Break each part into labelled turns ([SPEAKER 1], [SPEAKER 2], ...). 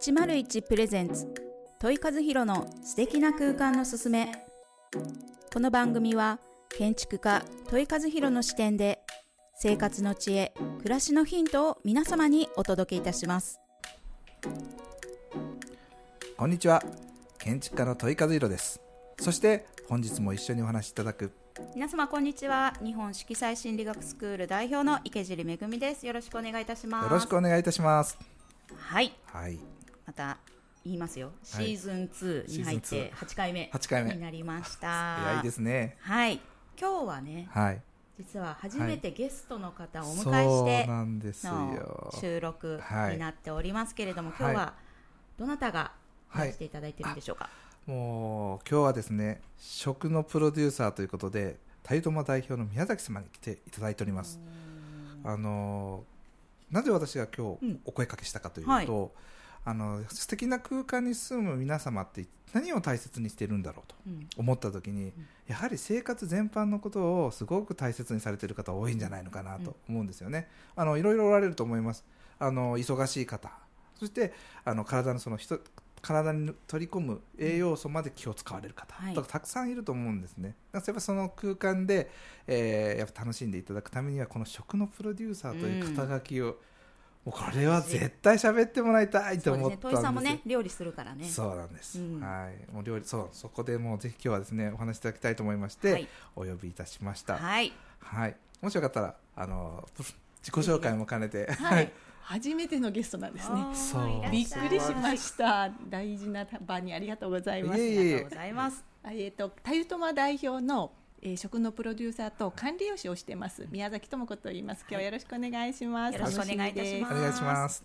[SPEAKER 1] 101プレゼンツ問い和弘の素敵な空間のすすめこの番組は建築家問い和弘の視点で生活の知恵暮らしのヒントを皆様にお届けいたします
[SPEAKER 2] こんにちは建築家の戸井和弘ですそして本日も一緒にお話しいただく
[SPEAKER 1] 皆様こんにちは日本色彩心理学スクール代表の池尻恵ですよろしくお願いいたします
[SPEAKER 2] よろしくお願いいたします
[SPEAKER 1] はい
[SPEAKER 2] はい
[SPEAKER 1] また言いますよシ
[SPEAKER 2] はい
[SPEAKER 1] ーズン2に入っ
[SPEAKER 2] シーズ
[SPEAKER 1] て
[SPEAKER 2] ン
[SPEAKER 1] 8回目
[SPEAKER 2] 8回目
[SPEAKER 1] になりました
[SPEAKER 2] 早いですね
[SPEAKER 1] はい今日はね
[SPEAKER 2] はい
[SPEAKER 1] 実は初めてゲストの方をお
[SPEAKER 2] そう
[SPEAKER 1] 迎えして
[SPEAKER 2] なんです
[SPEAKER 1] の
[SPEAKER 2] よ
[SPEAKER 1] 収録
[SPEAKER 2] はい
[SPEAKER 1] になっておりますけれども、
[SPEAKER 2] はい
[SPEAKER 1] 今日はどなたがい
[SPEAKER 2] は
[SPEAKER 1] ら
[SPEAKER 2] い
[SPEAKER 1] していただいてるんでしょうか、
[SPEAKER 2] もう今日はですね食のプロデューサーということでたゆとま代表の宮崎様に来ていただいておりますあのーなぜ私が今
[SPEAKER 1] う
[SPEAKER 2] 日
[SPEAKER 1] ん
[SPEAKER 2] お声かけしたかというと、
[SPEAKER 1] はい
[SPEAKER 2] あの素敵な空間に住む皆様って何を大切にしてるんだろうと
[SPEAKER 1] うん
[SPEAKER 2] 思った時に、やはり生活全般のことをすごく大切にされている方多いんじゃないのかなと思うんですよね。あのいろいろおられると思います。あの忙しい方、そしてあの体のその人体に取り込む栄養素まで気を使われる方、
[SPEAKER 1] はい
[SPEAKER 2] とかたくさんいると思うんですね。だからやっぱその空間で、えーやっぱ楽しんでいただくためにはこの食のプロデューサーという肩書きを、もうこれは絶対喋ってもらいたいと
[SPEAKER 1] そうで
[SPEAKER 2] 思
[SPEAKER 1] す
[SPEAKER 2] った
[SPEAKER 1] ね土
[SPEAKER 2] んです
[SPEAKER 1] 井
[SPEAKER 2] よ。
[SPEAKER 1] さんもね料理するからね
[SPEAKER 2] そうなんです、
[SPEAKER 1] うん
[SPEAKER 2] はいもう料理そうそこでもうぜひ今日はですねお話しいただきたいと思いまして、
[SPEAKER 1] はい
[SPEAKER 2] お呼びいたしましたはい、
[SPEAKER 1] はい
[SPEAKER 2] もしよかったらあの自己紹介も兼ねて、
[SPEAKER 1] はい
[SPEAKER 3] 初めてのゲストなんですね。
[SPEAKER 2] そう
[SPEAKER 1] おー
[SPEAKER 3] びっくりし
[SPEAKER 1] いらっゃい
[SPEAKER 3] ました。大事な場にありがとうございま
[SPEAKER 2] い
[SPEAKER 3] す。
[SPEAKER 2] え
[SPEAKER 1] あ
[SPEAKER 2] い
[SPEAKER 1] りがとうございます
[SPEAKER 3] あえっ、と、たゆとま代表の、えー食のプロデューサーと管理栄養士をしてます。宮崎智子と言います。今日はよろしくお願いします。
[SPEAKER 1] よろしくお願いいたします
[SPEAKER 2] お願いします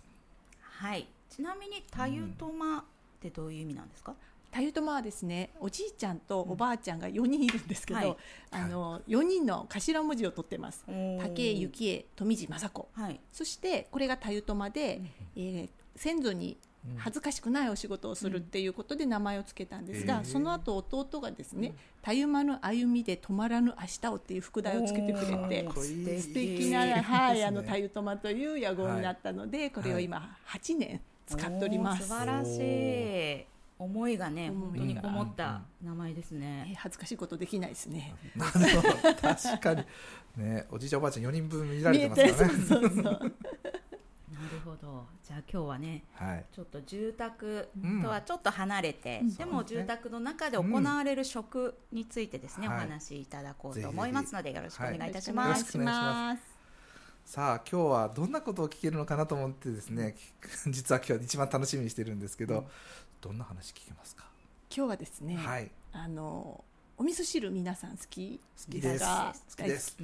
[SPEAKER 1] はいちなみにたゆとまってどういう意味なんですか、
[SPEAKER 3] たゆとまはですね、おじいちゃんとおばあちゃんが4人いるんですけど、
[SPEAKER 1] はい
[SPEAKER 3] あの4人の頭文字を取ってます。竹井
[SPEAKER 1] ゆき
[SPEAKER 3] 幸恵、富士雅子。
[SPEAKER 1] はい
[SPEAKER 3] そしてこれがたゆとまで、えー先祖に
[SPEAKER 2] うん
[SPEAKER 3] 恥ずかしくないお仕事をするっていうことで名前をつけたんです
[SPEAKER 2] うん
[SPEAKER 3] が、
[SPEAKER 2] えー
[SPEAKER 3] その後弟がですね「たゆまぬ歩みで止まらぬ明日を」っていう副題をつけてくれて
[SPEAKER 1] おー
[SPEAKER 2] かっこいい
[SPEAKER 3] 素敵な、はい、あのた
[SPEAKER 2] い
[SPEAKER 3] ゆとまという屋号になったので、これを今8年使っておりま
[SPEAKER 1] おー
[SPEAKER 3] す、
[SPEAKER 1] 素晴らしい思いがね
[SPEAKER 3] 思い
[SPEAKER 1] 本当に
[SPEAKER 3] が
[SPEAKER 1] こもった名前ですね、
[SPEAKER 3] えー恥ずかしいことできないですね。
[SPEAKER 2] なるほど確かにねおじいちゃんおばあちゃん4人分見られてます
[SPEAKER 3] 見え
[SPEAKER 2] か
[SPEAKER 3] そ
[SPEAKER 2] ら
[SPEAKER 3] う
[SPEAKER 2] ね
[SPEAKER 3] そうそう
[SPEAKER 1] なるほどじゃあ今日はね
[SPEAKER 2] はい
[SPEAKER 1] ちょっと住宅
[SPEAKER 2] うん
[SPEAKER 1] とはちょっと離れて、
[SPEAKER 3] うん。
[SPEAKER 1] で
[SPEAKER 2] そ
[SPEAKER 1] も
[SPEAKER 2] うですね
[SPEAKER 1] 住宅の中で行われる食についてですね、
[SPEAKER 2] うん
[SPEAKER 1] お
[SPEAKER 2] はい
[SPEAKER 1] 話しいただこうと思いますので、よろしくお願いいたし
[SPEAKER 2] よ
[SPEAKER 1] ま
[SPEAKER 2] ろ
[SPEAKER 1] す。
[SPEAKER 2] しくお願いしますさあ今日はどんなことを聞けるのかなと思ってですね 実は今日一番楽しみにしてるんですけど、どんな話聞けますか、
[SPEAKER 3] 今日はですね、
[SPEAKER 2] はい
[SPEAKER 3] あのお味噌汁皆さん好き
[SPEAKER 2] 好きです
[SPEAKER 3] か
[SPEAKER 2] 好きです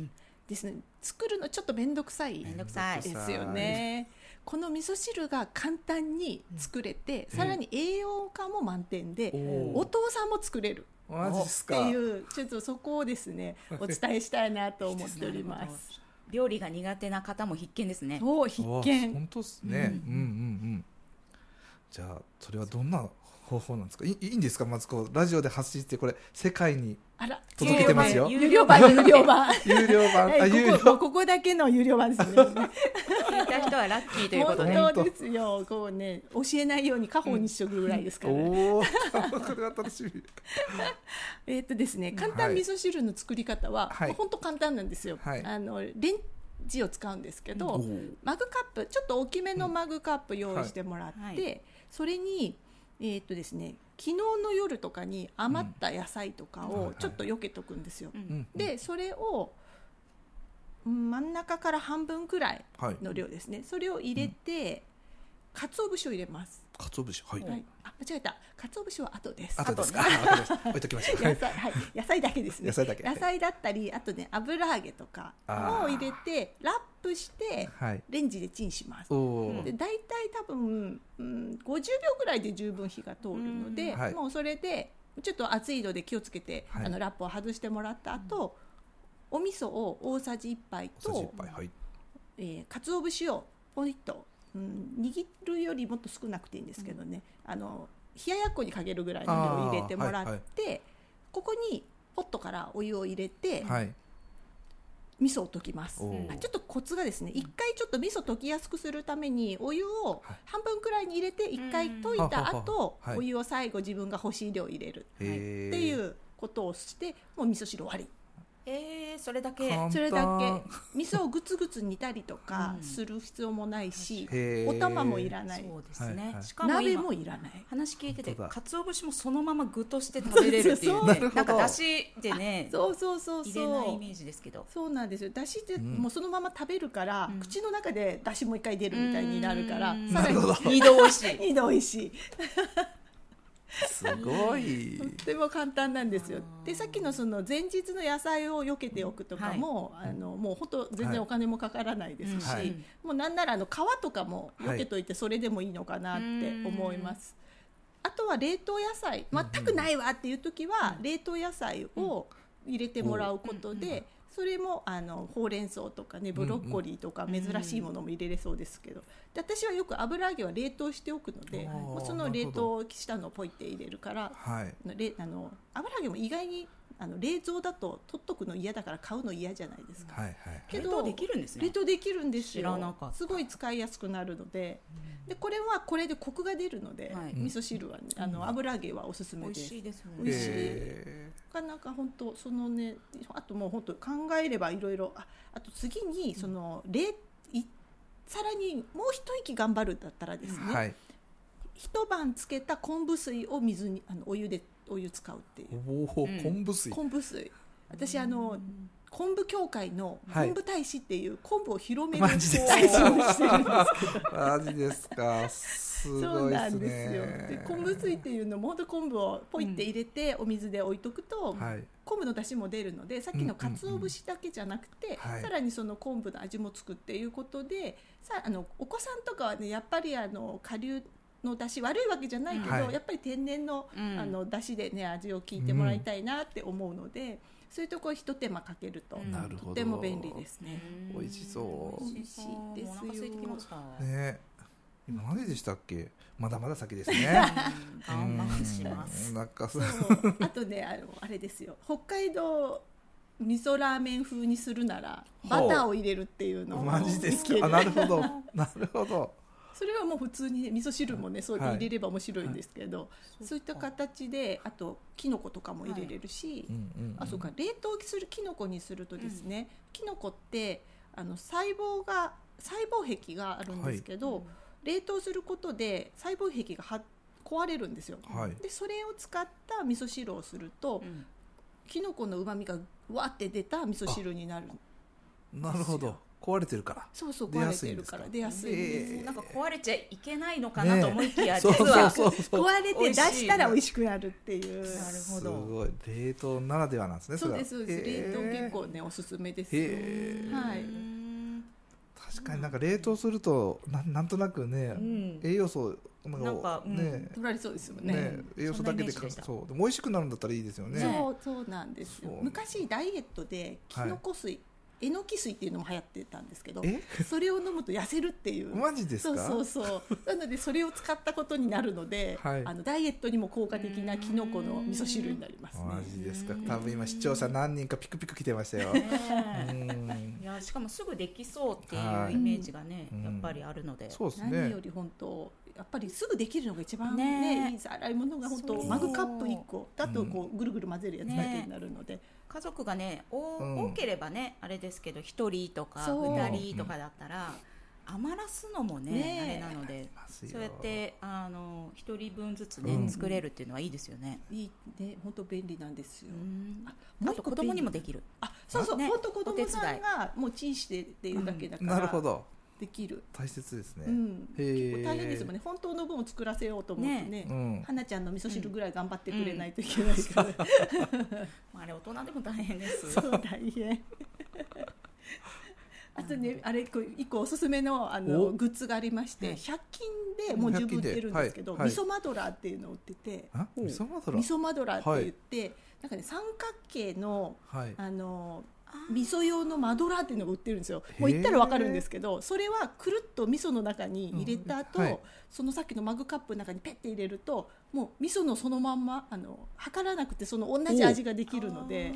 [SPEAKER 3] ですね作るのちょっと面倒くさい
[SPEAKER 1] めんどくさい
[SPEAKER 3] ですよねこの味噌汁が簡単に作れて、
[SPEAKER 2] うん
[SPEAKER 3] さらに栄養価も満点で、
[SPEAKER 2] お
[SPEAKER 3] お父さんも作れる
[SPEAKER 2] マジっす
[SPEAKER 3] って
[SPEAKER 2] か
[SPEAKER 3] いうちょっとそこをです ねお伝えしたいなと思っておりま
[SPEAKER 1] なる
[SPEAKER 3] す。
[SPEAKER 1] 料理が苦手な方も必見ですね。
[SPEAKER 3] そう必
[SPEAKER 2] あ
[SPEAKER 3] 見
[SPEAKER 2] 本当っすね、
[SPEAKER 1] う
[SPEAKER 2] うんん、うんうんじゃあそれはどんな方法なんですかいいいんですかまずこうラジオで発信してこれ世界 に
[SPEAKER 3] あら
[SPEAKER 2] 届けてますよ
[SPEAKER 3] 有 料版有料版
[SPEAKER 2] 有料版あ有料
[SPEAKER 3] ここここだけの有料 版ですね。
[SPEAKER 1] 聞いた人はラッキーということで。
[SPEAKER 3] 本当ですよ。こうね教えないように家宝にしとくぐらいですからね。
[SPEAKER 2] おおこれは楽しみ
[SPEAKER 3] えーっとですね、簡単味噌汁の作り方は、
[SPEAKER 2] はい
[SPEAKER 3] 本当簡単なんですよ、
[SPEAKER 2] はい
[SPEAKER 3] あのレンジを使うんですけど、
[SPEAKER 2] おー
[SPEAKER 3] マグカップちょっと大きめのマグカップ用意してもらって、
[SPEAKER 1] はいは
[SPEAKER 3] それに、えーっとですね、昨日の夜とかに余った野菜とか
[SPEAKER 2] うんはいは
[SPEAKER 3] を
[SPEAKER 2] い
[SPEAKER 3] ちょっと避けとくんですよ。
[SPEAKER 1] うん
[SPEAKER 2] うん
[SPEAKER 3] でそれをうん真ん中から半分くらい
[SPEAKER 2] はい
[SPEAKER 3] の量ですねそれを入れて、鰹節を入れます、
[SPEAKER 2] 鰹節はい、
[SPEAKER 3] はい、あ間違えた鰹節は後です
[SPEAKER 2] あとですか、あ後です置いときましょ うは
[SPEAKER 3] 野
[SPEAKER 2] い
[SPEAKER 3] 菜、はい、野菜だけですね
[SPEAKER 2] 野菜だけ
[SPEAKER 3] 野菜だったりあとね油揚げとかを入れてラップして
[SPEAKER 2] はい
[SPEAKER 3] レンジでチンします
[SPEAKER 2] おお
[SPEAKER 3] で
[SPEAKER 2] ー、
[SPEAKER 3] 大体多分、うん、50秒ぐらいで十分火が通るので、
[SPEAKER 2] うんはい
[SPEAKER 3] もうそれでちょっと熱いので気をつけて、
[SPEAKER 2] はい
[SPEAKER 3] あのラップを外してもらった後、お味噌を大さじ1杯
[SPEAKER 2] お刺し
[SPEAKER 3] と
[SPEAKER 2] 一杯はい
[SPEAKER 3] えー、鰹節をポイッと、うん、握るよりもっと少なくていいんですけどね、あの冷ややっこにかけるぐらいの量を入れてもらって、
[SPEAKER 2] あーはい
[SPEAKER 3] ここにポットからお湯を入れて、
[SPEAKER 2] はい
[SPEAKER 3] 味噌を溶きます
[SPEAKER 2] お
[SPEAKER 1] うん
[SPEAKER 2] ー
[SPEAKER 3] ちょっとコツがですね一回ちょっと味噌溶きやすくするためにお湯を
[SPEAKER 2] はい
[SPEAKER 3] 半分くらいに入れて一回溶いた後
[SPEAKER 2] うんはい
[SPEAKER 3] お湯を最後自分が欲しい量入れる
[SPEAKER 2] へー
[SPEAKER 3] っていうことをしてもう味噌汁終わり
[SPEAKER 1] えー、それだけ
[SPEAKER 2] 簡単
[SPEAKER 3] それだけ味噌をぐつぐつ煮たりとか
[SPEAKER 1] うん
[SPEAKER 3] する必要もないし
[SPEAKER 2] へー
[SPEAKER 3] お玉もいらない
[SPEAKER 1] そうですね、
[SPEAKER 2] はいはい
[SPEAKER 1] しかも
[SPEAKER 3] 鍋
[SPEAKER 1] 今
[SPEAKER 3] もいらない
[SPEAKER 1] 話聞いてて
[SPEAKER 2] 本当だ
[SPEAKER 1] 鰹節もそのまま具として食べれるっていう,、ね、
[SPEAKER 3] そうそうそう
[SPEAKER 2] なるほど
[SPEAKER 1] なんかだしでね
[SPEAKER 3] そうそうそう
[SPEAKER 1] 入れないイ
[SPEAKER 3] そう
[SPEAKER 1] メージですけど
[SPEAKER 3] そうなんですよだしって
[SPEAKER 2] うん
[SPEAKER 3] もうそのまま食べるから
[SPEAKER 1] うん
[SPEAKER 3] 口の中でだしもう一回出るみたいになるから
[SPEAKER 1] うん
[SPEAKER 3] さらに
[SPEAKER 2] なるほど
[SPEAKER 1] 二度美味 しい
[SPEAKER 3] 二度おいしい
[SPEAKER 2] すごい
[SPEAKER 3] とっても簡単なんですよ
[SPEAKER 1] あー
[SPEAKER 3] でさっきのその前日の野菜を避けておくとかも、あのもうほんと全
[SPEAKER 2] はい
[SPEAKER 3] 然お金もかからないですし、
[SPEAKER 2] はい
[SPEAKER 1] うん
[SPEAKER 3] もうなんならあの皮とかも避けといてそれでもいいのかなって思います。あとは冷凍野菜全くないわっていう時は
[SPEAKER 1] うん
[SPEAKER 3] 冷凍野菜を入れてもらうこと
[SPEAKER 1] うん
[SPEAKER 3] でそれもあのほうれん草とかねブロッコリーとか
[SPEAKER 1] うんうん
[SPEAKER 3] 珍しいものも入れれそうですけどで私はよく油揚げは冷凍しておくので
[SPEAKER 2] あー
[SPEAKER 3] もうその冷凍したのをポイって入れるから
[SPEAKER 2] はい
[SPEAKER 3] のれあの油揚げも意外にあの冷蔵だと取っとくの嫌だから買うの嫌じゃないですか、
[SPEAKER 2] はいはい
[SPEAKER 1] 冷
[SPEAKER 3] けど
[SPEAKER 1] 凍できるんですね
[SPEAKER 3] 冷凍できるんです
[SPEAKER 1] 知
[SPEAKER 3] よ
[SPEAKER 1] らなかった
[SPEAKER 3] すごい使いやすくなるのででこれはこれでコクが出るので、
[SPEAKER 1] はい
[SPEAKER 3] 味噌汁はね、あ
[SPEAKER 2] うん
[SPEAKER 3] の油揚げはおすす
[SPEAKER 1] 美
[SPEAKER 3] めで
[SPEAKER 1] 味
[SPEAKER 3] す
[SPEAKER 1] しいですよね
[SPEAKER 3] 美味しい
[SPEAKER 2] へ
[SPEAKER 3] なかなか本当そのねあともう本当考えればいろいろああと次にその冷いさらにもう一息頑張るんだったらですね、
[SPEAKER 2] ーはい
[SPEAKER 3] 一晩つけた昆布水を水にあのお湯でお湯使うっていう
[SPEAKER 2] おお
[SPEAKER 1] うん
[SPEAKER 2] 昆布水
[SPEAKER 3] 昆布水私あの昆布協会の
[SPEAKER 2] はい
[SPEAKER 3] 昆布大使っていう昆布を広める
[SPEAKER 2] マジです
[SPEAKER 3] 大使をしてるんです
[SPEAKER 2] マジですかす
[SPEAKER 3] そ
[SPEAKER 2] ご
[SPEAKER 3] う
[SPEAKER 2] いで
[SPEAKER 3] な
[SPEAKER 2] す
[SPEAKER 3] んですよで
[SPEAKER 2] ね
[SPEAKER 3] 昆布水っていうのも本当昆布をポイって入れてお水で置いとくと、
[SPEAKER 2] はい
[SPEAKER 3] 昆布の出汁も出るのでさっきの鰹節だけじゃなくて、
[SPEAKER 2] はい
[SPEAKER 3] さらにその昆布の味もつくっていうことでさあのお子さんとかはねやっぱりあの下流の出汁悪いわけじゃないけど、
[SPEAKER 2] はい
[SPEAKER 3] やっぱり天然の
[SPEAKER 1] うん
[SPEAKER 3] あの出汁でね味を聞いてもらいたいなって思うので、そういうところひと手間かけると、
[SPEAKER 1] うんなる
[SPEAKER 2] ほど
[SPEAKER 3] とても便利ですね。
[SPEAKER 2] 美味しそう
[SPEAKER 1] 美味しそう
[SPEAKER 3] 美味しいですよ
[SPEAKER 1] お腹空いてきました
[SPEAKER 2] ね今何時でしたっけまだまだ先ですね
[SPEAKER 1] うん我慢します
[SPEAKER 2] うんなんかそ
[SPEAKER 3] そううあとねあのあれですよ北海道味噌ラーメン風にするなら
[SPEAKER 2] ほう
[SPEAKER 3] バターを入れるって いうのも
[SPEAKER 2] マジです
[SPEAKER 3] いけ
[SPEAKER 2] か
[SPEAKER 3] る
[SPEAKER 2] あなるほどなるほど
[SPEAKER 3] それはもう普通に、ね、味噌汁もねそう
[SPEAKER 2] はい
[SPEAKER 3] 入れれば面白いんですけど、そういった形であときのことかも入れれるし、
[SPEAKER 2] うんうん
[SPEAKER 3] あそうか冷凍するきのこにするとですね、きのこってあの細胞が細胞壁があるんですけど、冷凍することで細胞壁がは壊れるんですよ。
[SPEAKER 2] はい
[SPEAKER 3] でそれを使った味噌汁をすると、
[SPEAKER 1] うん
[SPEAKER 3] きのこの旨味がわって出た味噌汁になる
[SPEAKER 2] なるほど壊れてるから
[SPEAKER 3] そうそう
[SPEAKER 2] 出
[SPEAKER 3] 壊
[SPEAKER 2] や
[SPEAKER 3] れ
[SPEAKER 2] すい
[SPEAKER 3] て
[SPEAKER 2] んで
[SPEAKER 3] る
[SPEAKER 2] すか
[SPEAKER 3] から出やすいんです
[SPEAKER 2] えー
[SPEAKER 1] なんか壊れちゃいけないのかなと思いきや、
[SPEAKER 2] そう
[SPEAKER 1] 実
[SPEAKER 2] そう
[SPEAKER 1] は
[SPEAKER 2] そうそう
[SPEAKER 3] 壊れて出したら美味しくなるっていう
[SPEAKER 1] 美味しいなるほ
[SPEAKER 2] す
[SPEAKER 1] ど
[SPEAKER 2] ごい冷凍ならではなんですね
[SPEAKER 3] そう
[SPEAKER 2] れは
[SPEAKER 3] ですそうです、
[SPEAKER 2] へー
[SPEAKER 3] 冷凍結構ねおすすめですよ、
[SPEAKER 2] へえ
[SPEAKER 3] はい
[SPEAKER 1] うん
[SPEAKER 2] 確かになんか冷凍するとなんなんとなくね、
[SPEAKER 1] ん
[SPEAKER 2] 栄養素なん
[SPEAKER 1] な
[SPEAKER 2] か
[SPEAKER 1] んかうん
[SPEAKER 2] ね
[SPEAKER 3] 取られそうですよね
[SPEAKER 2] ね
[SPEAKER 1] ね
[SPEAKER 2] 栄養素だけで
[SPEAKER 1] そんなイメージでした
[SPEAKER 2] そうでも美味しくなるんだったらいいですよね
[SPEAKER 1] ね
[SPEAKER 3] そうそうなんですよ
[SPEAKER 2] そう
[SPEAKER 3] 昔ダイエットできのこ水、えのき水っていうのも流行ってたんですけど
[SPEAKER 2] え
[SPEAKER 3] それを飲むと痩せるっていう
[SPEAKER 2] マジです
[SPEAKER 3] そう
[SPEAKER 2] か
[SPEAKER 3] そうそうなのでそれを使ったことになるので、
[SPEAKER 2] はい
[SPEAKER 3] あのダイエットにも効果的なきのこの味噌汁になりますね
[SPEAKER 2] マジですか
[SPEAKER 1] うん
[SPEAKER 2] 多分今視聴者何人かピクピク来てましたよう
[SPEAKER 1] ね
[SPEAKER 2] ん
[SPEAKER 1] いやしかもすぐできそうってい
[SPEAKER 2] は
[SPEAKER 1] う
[SPEAKER 2] い
[SPEAKER 1] イメージがね、
[SPEAKER 2] うん
[SPEAKER 1] やっぱりあるので、
[SPEAKER 2] そうです
[SPEAKER 3] 何
[SPEAKER 2] ね
[SPEAKER 3] より本当やっぱりすぐできるのが一番
[SPEAKER 1] ね
[SPEAKER 3] ね
[SPEAKER 1] え
[SPEAKER 3] いいです洗い物が本
[SPEAKER 1] そ
[SPEAKER 3] 当
[SPEAKER 1] う
[SPEAKER 3] マグカップ1個だと
[SPEAKER 2] うん
[SPEAKER 3] こうぐるぐる混ぜるやつだけになるので、
[SPEAKER 1] 家族がねお、
[SPEAKER 2] うん
[SPEAKER 1] 多ければねあれですけど一人とか
[SPEAKER 3] そう
[SPEAKER 1] 二人とかだったら、余らすのもね
[SPEAKER 3] ねえ
[SPEAKER 1] あれなので
[SPEAKER 2] ますよ
[SPEAKER 1] そうやってあの一人分ずつね、
[SPEAKER 2] うん
[SPEAKER 1] 作れるっていうのはいいですよね。
[SPEAKER 3] いいね本当便利なんですよ、
[SPEAKER 1] うん
[SPEAKER 3] あ
[SPEAKER 1] あ
[SPEAKER 3] もう
[SPEAKER 1] と
[SPEAKER 3] 一個
[SPEAKER 1] 子供にもできる。
[SPEAKER 3] あそうそう
[SPEAKER 1] ね
[SPEAKER 3] 本当、子供さ
[SPEAKER 1] お手伝い
[SPEAKER 3] んがもうチンしてっていうだけだか
[SPEAKER 2] なる
[SPEAKER 3] ら
[SPEAKER 2] ほど
[SPEAKER 3] できる、
[SPEAKER 2] 大切ですね、
[SPEAKER 3] うん
[SPEAKER 2] へー
[SPEAKER 3] 結構大変ですもんね本当の分を作らせようと思ってね
[SPEAKER 2] う
[SPEAKER 3] 花
[SPEAKER 2] ん
[SPEAKER 3] ちゃんの味噌汁ぐらい頑張ってくれないといけないから、
[SPEAKER 1] まあ、あれ大人でも大変です。
[SPEAKER 3] そう大 変あとねあれこう一個おすすめのあ
[SPEAKER 2] お
[SPEAKER 3] のグッズがありまして
[SPEAKER 1] はい
[SPEAKER 3] 100均でもう十分売ってるんですけ
[SPEAKER 2] う
[SPEAKER 3] ど
[SPEAKER 2] ん100均ではいはい
[SPEAKER 3] 味噌マドラーっていうのを売ってて
[SPEAKER 2] あ味噌マドラ
[SPEAKER 3] 味噌マドラーって言って、なんかね三角形の
[SPEAKER 2] はい
[SPEAKER 3] あの
[SPEAKER 1] あー
[SPEAKER 3] 味噌用のマドラーっていうのが売ってるんですよもう
[SPEAKER 2] へー
[SPEAKER 3] 言ったらわかるんですけどそれはくるっと味噌の中に入れた後、
[SPEAKER 2] うんはい
[SPEAKER 3] そのさっきのマグカップの中にペッて入れるともう味噌のそのまんまあの測らなくてその同じ味ができるので。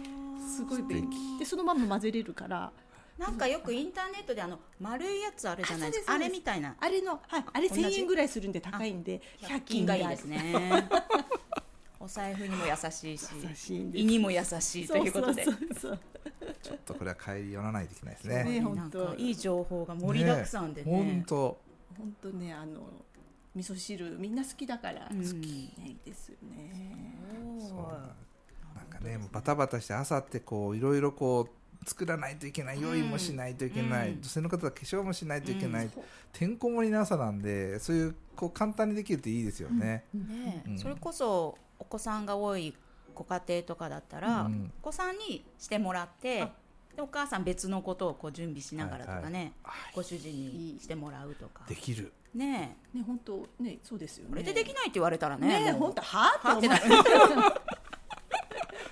[SPEAKER 3] すごい便利でそのまま混ぜれるから
[SPEAKER 1] なんかよくインターネットであの丸いやつあるじゃないですかあ
[SPEAKER 3] あそうですそうです
[SPEAKER 1] れみたいな
[SPEAKER 3] あれの、はい、あれ
[SPEAKER 1] 同じ
[SPEAKER 3] 1000円ぐらいするんで高いんで100
[SPEAKER 1] 100
[SPEAKER 3] 均
[SPEAKER 1] 均が
[SPEAKER 3] がい
[SPEAKER 1] い
[SPEAKER 3] い
[SPEAKER 1] い
[SPEAKER 3] で
[SPEAKER 1] ですすねお財布にも優しいし
[SPEAKER 3] 優しいんです
[SPEAKER 1] 胃にも優しいということで
[SPEAKER 3] そうそうそう
[SPEAKER 2] ちょっとこれは帰り寄らないといけないです
[SPEAKER 3] そう
[SPEAKER 2] ね。
[SPEAKER 3] ね
[SPEAKER 1] なんかいい情報が
[SPEAKER 2] ね
[SPEAKER 1] 盛りだくさんで
[SPEAKER 2] 本
[SPEAKER 1] ね
[SPEAKER 2] 当
[SPEAKER 3] 本当ねあの味噌汁みんな好きだから、
[SPEAKER 1] うん
[SPEAKER 3] ねいいですよね
[SPEAKER 2] そうなん
[SPEAKER 1] な
[SPEAKER 2] か
[SPEAKER 1] るほどですね
[SPEAKER 2] ねもうバタバタして朝ってこういろいろこう作らないといけない用意もしないといけない、
[SPEAKER 1] うん
[SPEAKER 2] 女性の方は化粧もしないといけない、
[SPEAKER 1] う
[SPEAKER 3] そう
[SPEAKER 2] てんこ盛りの朝なんでそういうこう簡単にできるっていいですよね。
[SPEAKER 1] ねえ
[SPEAKER 2] うん
[SPEAKER 1] それこそお子さんが多いご家庭とかだったら、
[SPEAKER 2] うん
[SPEAKER 1] お子さんにしてもらって
[SPEAKER 3] あ
[SPEAKER 1] でお母さん別のことをこう準備しながらとかね、
[SPEAKER 2] は
[SPEAKER 1] ご主人にしてもらうとか
[SPEAKER 2] い、できる
[SPEAKER 1] ねえ
[SPEAKER 3] ね本当ねそうですよね
[SPEAKER 1] これでできないって言われたらね
[SPEAKER 3] ね
[SPEAKER 1] もう
[SPEAKER 3] 本当はあ
[SPEAKER 1] はあってなる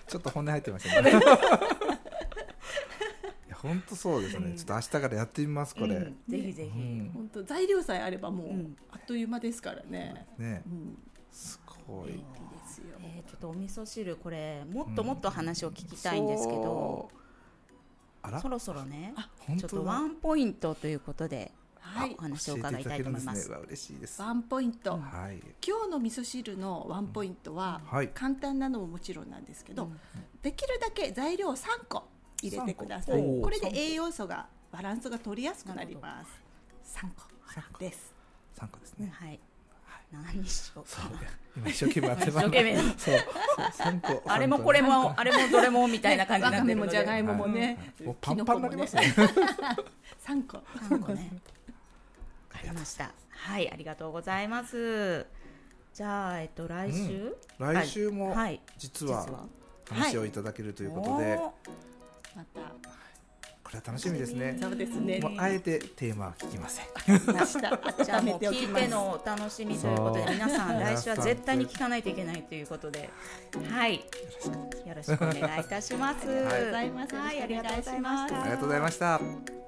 [SPEAKER 2] ちょっと本音入ってましたね。 いや本当そうですね、ちょっと明日からやってみますこれ、
[SPEAKER 1] うんぜひぜ
[SPEAKER 2] う
[SPEAKER 1] ひ、
[SPEAKER 2] ん
[SPEAKER 3] 本当材料さえあればもう、
[SPEAKER 1] うん
[SPEAKER 3] あっという間ですからね、
[SPEAKER 2] ね
[SPEAKER 3] うん、
[SPEAKER 2] すご
[SPEAKER 3] 便利
[SPEAKER 2] い
[SPEAKER 3] ですよ、
[SPEAKER 1] えーちょっとお味噌汁これもっともっと話を聞きたいんですけど、
[SPEAKER 2] あら
[SPEAKER 1] そろそろね
[SPEAKER 2] 本
[SPEAKER 1] ちょっと
[SPEAKER 2] 当
[SPEAKER 1] ワ
[SPEAKER 2] だ
[SPEAKER 1] ンポイントということで
[SPEAKER 3] はい
[SPEAKER 1] お話を伺いたいと思います
[SPEAKER 2] 教えてだけるんですねうわ嬉しいです
[SPEAKER 3] ワンポイント、
[SPEAKER 2] はい
[SPEAKER 3] 今日の味噌汁のワンポイントは、
[SPEAKER 2] はい
[SPEAKER 3] 簡単なのももちろんなんですけど、
[SPEAKER 1] うん
[SPEAKER 3] できるだけ材料を3個入れてください
[SPEAKER 2] 三個おー
[SPEAKER 3] これで
[SPEAKER 2] 三個
[SPEAKER 3] 栄養素がバランスが取りやすくなります3
[SPEAKER 2] 三個
[SPEAKER 3] 個です
[SPEAKER 2] 三個ですね
[SPEAKER 1] はい何にしよう
[SPEAKER 2] そ
[SPEAKER 1] か
[SPEAKER 2] う
[SPEAKER 1] な
[SPEAKER 2] 今一生懸命やって
[SPEAKER 1] 一生懸 命
[SPEAKER 2] そうそう三個
[SPEAKER 1] あれもこれ
[SPEAKER 2] 三個
[SPEAKER 1] もあれもどれもみたいな感じ
[SPEAKER 3] わ
[SPEAKER 1] にな
[SPEAKER 3] か
[SPEAKER 1] って
[SPEAKER 3] め
[SPEAKER 1] る
[SPEAKER 3] も
[SPEAKER 1] の
[SPEAKER 3] じゃが
[SPEAKER 1] で
[SPEAKER 3] いももね、
[SPEAKER 2] はいもうパンパンになりますね
[SPEAKER 3] 3個
[SPEAKER 1] 三個ねわかりましたはいありがとうございますじゃあえっと来週
[SPEAKER 2] 来週も
[SPEAKER 1] はい
[SPEAKER 2] 実は話をいただけると
[SPEAKER 1] と
[SPEAKER 2] いうことで
[SPEAKER 3] また
[SPEAKER 2] これは楽しみですね
[SPEAKER 3] そうですね
[SPEAKER 2] もうあえてテーマは聞きません
[SPEAKER 3] 明 日
[SPEAKER 1] じゃあも
[SPEAKER 3] 温め
[SPEAKER 1] う
[SPEAKER 3] ておき
[SPEAKER 1] 聞い
[SPEAKER 3] ま
[SPEAKER 1] て
[SPEAKER 3] す
[SPEAKER 1] のお楽しみということで
[SPEAKER 2] そう
[SPEAKER 1] 皆さん来週は
[SPEAKER 2] 皆さん
[SPEAKER 1] 絶対に聞かないといけないということではいよろしくお願いいたします
[SPEAKER 2] ありがとう
[SPEAKER 3] ございます
[SPEAKER 1] はいありがとうございまし
[SPEAKER 3] お
[SPEAKER 1] た
[SPEAKER 3] 願いします
[SPEAKER 2] ありがとうございました